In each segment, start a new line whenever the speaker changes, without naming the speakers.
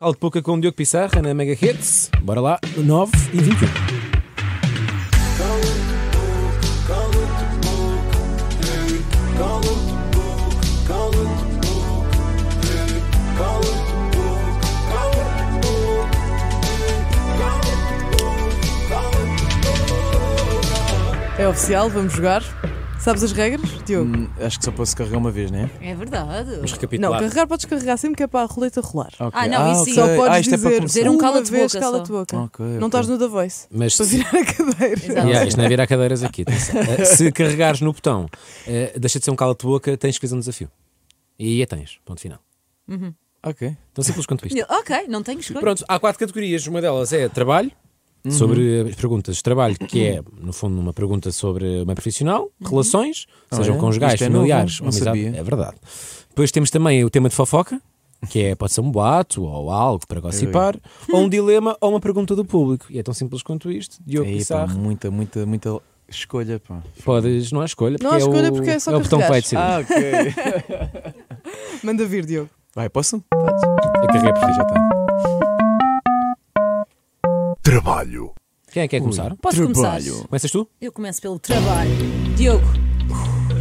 Alto Pouca com Diogo Pissarra na Mega Hits. Bora lá, 9 e 21.
É oficial, vamos jogar. Sabes as regras, Diogo?
Hum, acho que só posso carregar uma vez, né?
É verdade.
Vamos
não,
recapitular.
carregar podes carregar sempre que é para a roleta rolar.
Ok.
Ah, não, isso
ok.
sim. Só
ah,
podes
isto é para começar.
dizer um
uma
cala-te
vez
boca
cala-te
só.
boca.
Ok,
Não
ok.
estás no da voice.
Mas
Para
se,
virar a cadeira.
Exato.
Yeah, isto não é virar cadeiras aqui. atenção. Eh, se carregares no botão, eh, deixa de ser um cala-te-boca, tens que fazer um desafio. E aí a tens. Ponto final.
Ok.
Tão simples quanto isto.
Ok, não tenho escolha.
Pronto, há quatro categorias. Uma delas é trabalho, sobre as perguntas de trabalho, que é, no fundo, uma pergunta sobre uma profissional, relações, sejam
é?
conjugais,
Isto é novo,
familiares,
não
amizade.
sabia.
É verdade. Depois temos também o tema de fofoca, que é, pode ser um boato ou algo para gossipar, ou um dilema ou uma pergunta do público. E é tão simples quanto isto. Diogo
Aí, pá,
Pissarro,
muita, muita, muita escolha, pá.
podes, não há escolha, porque,
Não há escolha,
é, o,
porque é só
o botão que vai
carregares.
decidir.
Ah, ok.
Manda vir, Diogo.
Vai, posso?
Eu carreguei por ti.
Já está.
Trabalho.
Quem é que quer começar?
Posso
Trabalho.
começar?
Começas tu?
Eu começo pelo trabalho. Diogo,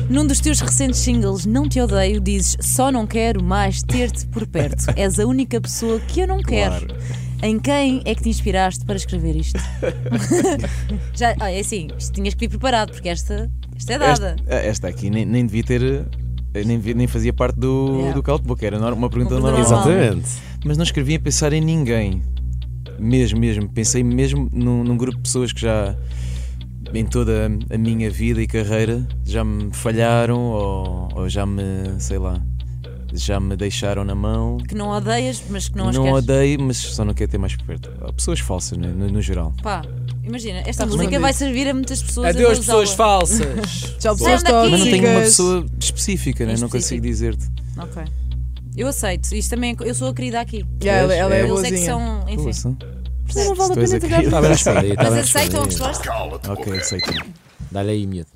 num dos teus recentes singles, Não Te Odeio, dizes Só não quero mais ter-te por perto. És a única pessoa que eu não quero. Em quem é que te inspiraste para escrever isto? Já, ah, é assim, isto tinhas que ir preparado, porque esta, esta é dada.
Esta, ah, esta aqui nem, nem devia ter. eh, Nem, devia- nem fazia parte do,
Yeah.
do cálculo, era nor- uma pergunta
Uma
normal.
pergunta normal.
Mas não escrevi a pensar em ninguém. Mesmo, mesmo. Pensei mesmo num, num grupo de pessoas que já em toda a minha vida e carreira já me falharam ou, ou já me, sei lá, já me deixaram na mão.
Que não odeias, mas que não as
Não
queres.
odeio, mas só não quero ter mais por perto. Há Pessoas falsas, né? no, no geral.
Pá, imagina, esta
Estás
música
bem.
vai servir a muitas pessoas.
Adeus,
a
pessoas
usá-la.
falsas.
Tchau,
Boa.
pessoas
Sai daqui.
Mas não tenho uma
tóxicas.
pessoa específica, né? não
Específica.
consigo dizer-te.
Ok. Eu aceito. Isto também, é- eu sou a querida aqui.
Yeah, ela, ela é,
É,
Eles é que
boazinha.
são, enfim.
Poxa,
Não vale a
tu és
pena entregar.
aquele-
Está bem respondido. está
Mas
bem
aceitam a
respondido.
resposta?
Cala-te
Ok, aceito.
Dá-lhe aí, miúdo.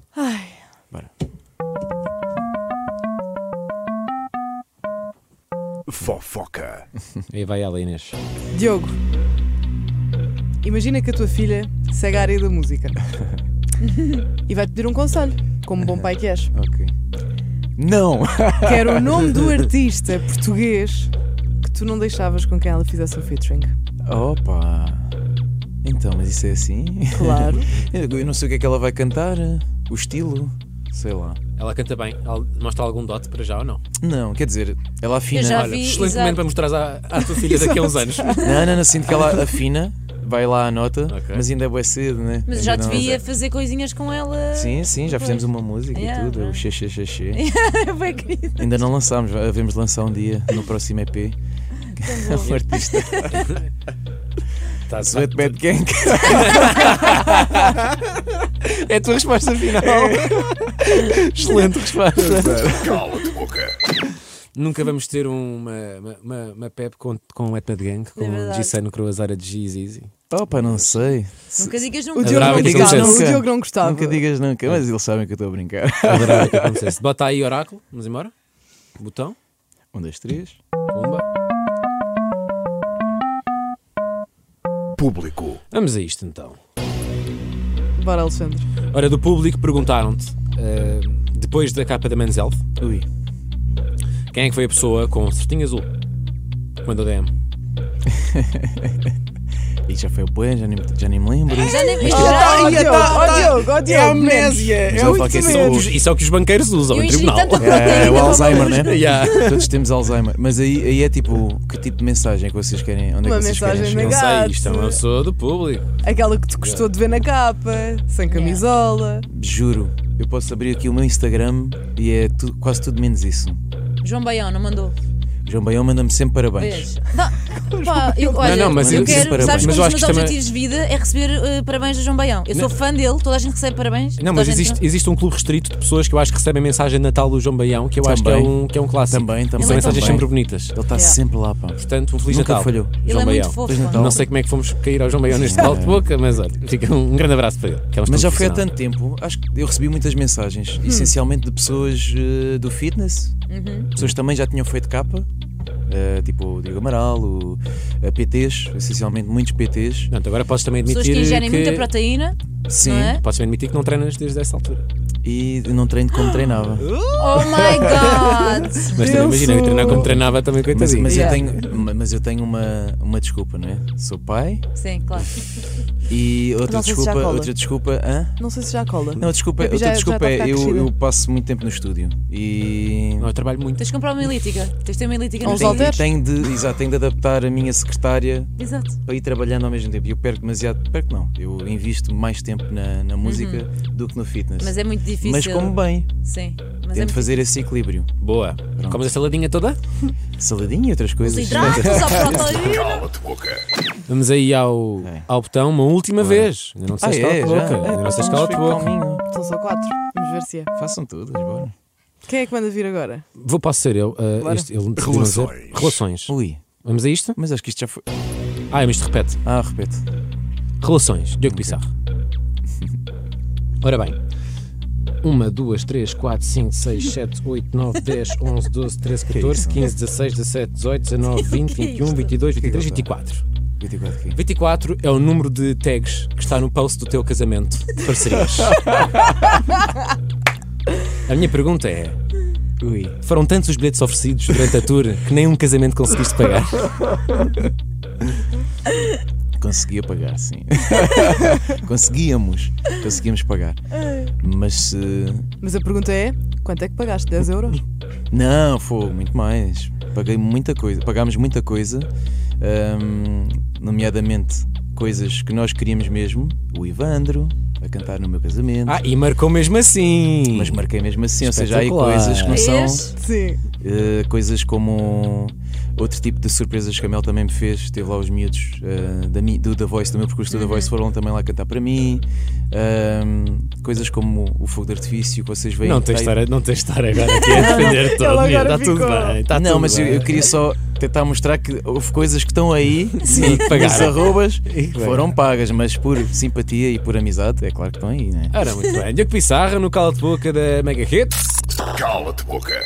boca. Fofoca.
Aí vai ela, Inês.
é.
Diogo, imagina que a tua filha segue a área da música e vai-te pedir um conselho, como bom pai que és.
Ok. Não!
Quero o nome do artista português que tu não deixavas com quem ela fizesse um featuring.
Opa! Então, mas isso é assim?
Claro.
Eu eu não sei o que é que ela vai cantar, o estilo, sei lá.
Ela canta bem. Ela mostra algum dote para já ou não?
Não, quer dizer, ela afina.
Eu já
Olha,
Tá vi,
excelente
exato.
momento para mostrar à, à tua filha daqui a uns anos.
Não, não, não, sinto que ela afina, vai lá à nota,
Ok.
mas ainda é bué cedo, né?
Mas já
Ainda
te
não-
via fazer coisinhas com ela.
Sim, sim, já fizemos uma música
Yeah,
e tudo,
não.
o xê, xê, xê, xê.
Bem querido.
Ainda não lançámos, devemos lançar um dia no próximo EP. um artista.
Tá,
Sweat Bad Gang. é a tua resposta final.
É.
Excelente resposta.
Cala-te boca.
Nunca vamos ter um, uma, uma, uma, uma Pep com, com o Etna de Gang, com
É
o
verdade.
G-Sano Croazara de G-Easy.
Opa, não sei.
Nunca digas
O
nunca.
Diogo,
Adorava
não
que
gostava,
acontecesse.
o Diogo não gostava.
Nunca digas nunca, mas eles sabem que eu estou a brincar.
Adorava que acontecesse. Bota aí Oráculo, vamos embora. Botão,
Um, dois, três.
bomba.
Público.
Vamos a isto então.
Bora, Alexandre.
Ora, do público perguntaram-te, eh, depois da capa da Men's Health,
Ui.
quem é que foi a pessoa com certinho azul? Mandou DM.
E já foi o bem, já nem, já nem me lembro.
Já nem isto
Oh,
já-
oh, Diogo, oh, Diogo, oh, Diogo.
Mas
é
há
muito
qualquer
Isso
menos.
é, o
saúde.
que os, isso é o que os banqueiros usam
Eu
em
ingeri
tribunal.
tanta
É,
proteína.
o Alzheimer, né?
Yeah.
Todos temos Alzheimer. Mas aí, aí é tipo, que tipo de mensagem é que vocês querem? Onde é
Uma
que vocês querem
mensagem
chegar?
Não sei, isto é uma
Gato.
pessoa do público.
Aquela que te gostou de ver na capa, sem camisola.
Juro, eu posso abrir aqui o meu Instagram e é tu- quase tudo menos isso.
João Baião não mandou.
O João Baião manda-me sempre parabéns.
Vês? Não, pá, eu, olha,
não, mas
eu,
eu-
quero.
parabéns.
Sabes que
Mas
um
eu
dos
acho
meus
que isto também-
objetivos de vida é receber eh, parabéns do João Baião. Eu sou fã dele, toda a gente recebe parabéns.
Não,
toda a
mas
gente
existe, existe um clube restrito de pessoas que eu acho que recebem mensagem de Natal do João Baião, que eu acho que é
Também.
um, que é um clássico.
Também, também.
São mensagens
também.
sempre bonitas.
Ele está
Yeah.
sempre lá, pá.
Portanto, um Feliz
Nunca
Natal.
falhou. Ele
Ele
João
é muito
Baião.
fofo.
Pois
pá.
Natal.
Não sei como é que fomos cair ao João Baião neste balde de boca, mas olha, fica um grande abraço para ele. que é um
Mas já foi há
profissional.
tanto tempo, acho que eu recebi muitas mensagens,
Hum. Uhum.
essencialmente de pessoas eh, do fitness, pessoas que também já tinham feito capa, eh, eh, tipo o Diego Amaral, o, eh, PTs, essencialmente muitos PTs.
Portanto, agora podes também admitir
Pessoas que ingerem
que-
muita proteína.
Sim,
Não é?
Podes também admitir que não treinas desde essa altura.
e não treino como treinava.
Oh my god!
Mas também
Eu
imagina, eu
sou-
treinar como treinava também,
Mas,
coitadinho.
mas é-
Mas,
eu
Yeah.
tenho, ma- mas eu tenho uma, uma desculpa, não é? Sou pai
Sim, claro.
e outra
Não sei se já
desculpa,
cola.
outra desculpa, hã?
Não sei se já cola.
Não, desculpa,
Pepe,
outra
já- já
desculpa
está a
é
ficar
eu,
crescida.
eu passo muito tempo no estúdio e
eu trabalho muito.
Tens de comprar uma elítica. Tens de ter uma elítica
Ou
no
uns
teu
halteres.
dia.
e tenho de, exato, tenho de adaptar a minha secretária
Exato.
para ir trabalhando ao mesmo tempo. E eu perco demasiado, perco não, eu invisto mais tempo na, na música do que no fitness.
Mas é muito difícil.
Mas como bem,
Sim. Mas é
tento
muito
fazer esse equilíbrio.
Boa. Comes a saladinha toda?
Saladinha e outras coisas.
hidratos, a proteína.
Cala-te boca.
Vamos aí ao,
É.
ao botão uma última vez. Ainda não
Ah,
disseste
é,
cala-te
já.
boca. Ainda não disseste
vamos
cala-te
ficar
boca.
calminho.
São só quatro. Vamos ver se é.
Façam todas, bora.
Quem é que manda vir agora?
Vou, posso ser eu. uh, este- ele decidiu não dizer. Relações.
Ui,
Vamos a isto?
mas acho que isto já foi.
Ah, mas isto repete.
Ah, repete.
Relações. Diogo Pissarro. Ora bem. 1, 2, 3, 4, 5, 6, 7, 8, 9, 10, 11, 12, 13, 14, 15, 16, 17, 18, 19, 20, 21, 22, 23, 24.
24 aqui.
24 é o número de tags que está no post do teu casamento de parcerias. A minha pergunta é:
Ui.
foram tantos os bilhetes oferecidos durante a tour que nem um casamento conseguiste pagar?
Conseguia pagar, sim. Conseguíamos. Conseguíamos pagar. Mas eh, se.
Mas a pergunta é: quanto é que pagaste? 10 euros?
Não, foi muito mais. Paguei muita coisa. Pagámos muita coisa. hum, nomeadamente coisas que nós queríamos mesmo. O Ivandro a cantar no meu casamento.
Ah, e marcou mesmo assim.
Mas marquei mesmo assim, ou seja, há aí
Espetacular.
coisas que não são.
Vês?
Sim.
Uh, coisas como outro tipo de surpresas que a Mel também me fez. Teve lá os miúdos uh, da, mi- do da Voice, do meu percurso do da Voice, foram também lá cantar para mim. Um, coisas como o fogo de artifício que vocês veem.
Não tens de
Tá aí-
estar, a- não tens de estar agora aqui a defender todo.
agora
Está tá tudo
ficou.
bem. Está
Não,
tudo
mas eu,
bem.
eu queria só tentar mostrar que houve coisas que estão aí e que
pagaram.
as arrobas
E que
foram pagas, mas por simpatia e por amizade, é claro que estão aí, né?
Ora, muito bem. Diogo Pissarra no cala de boca da Mega Hits.
Cala-te boca.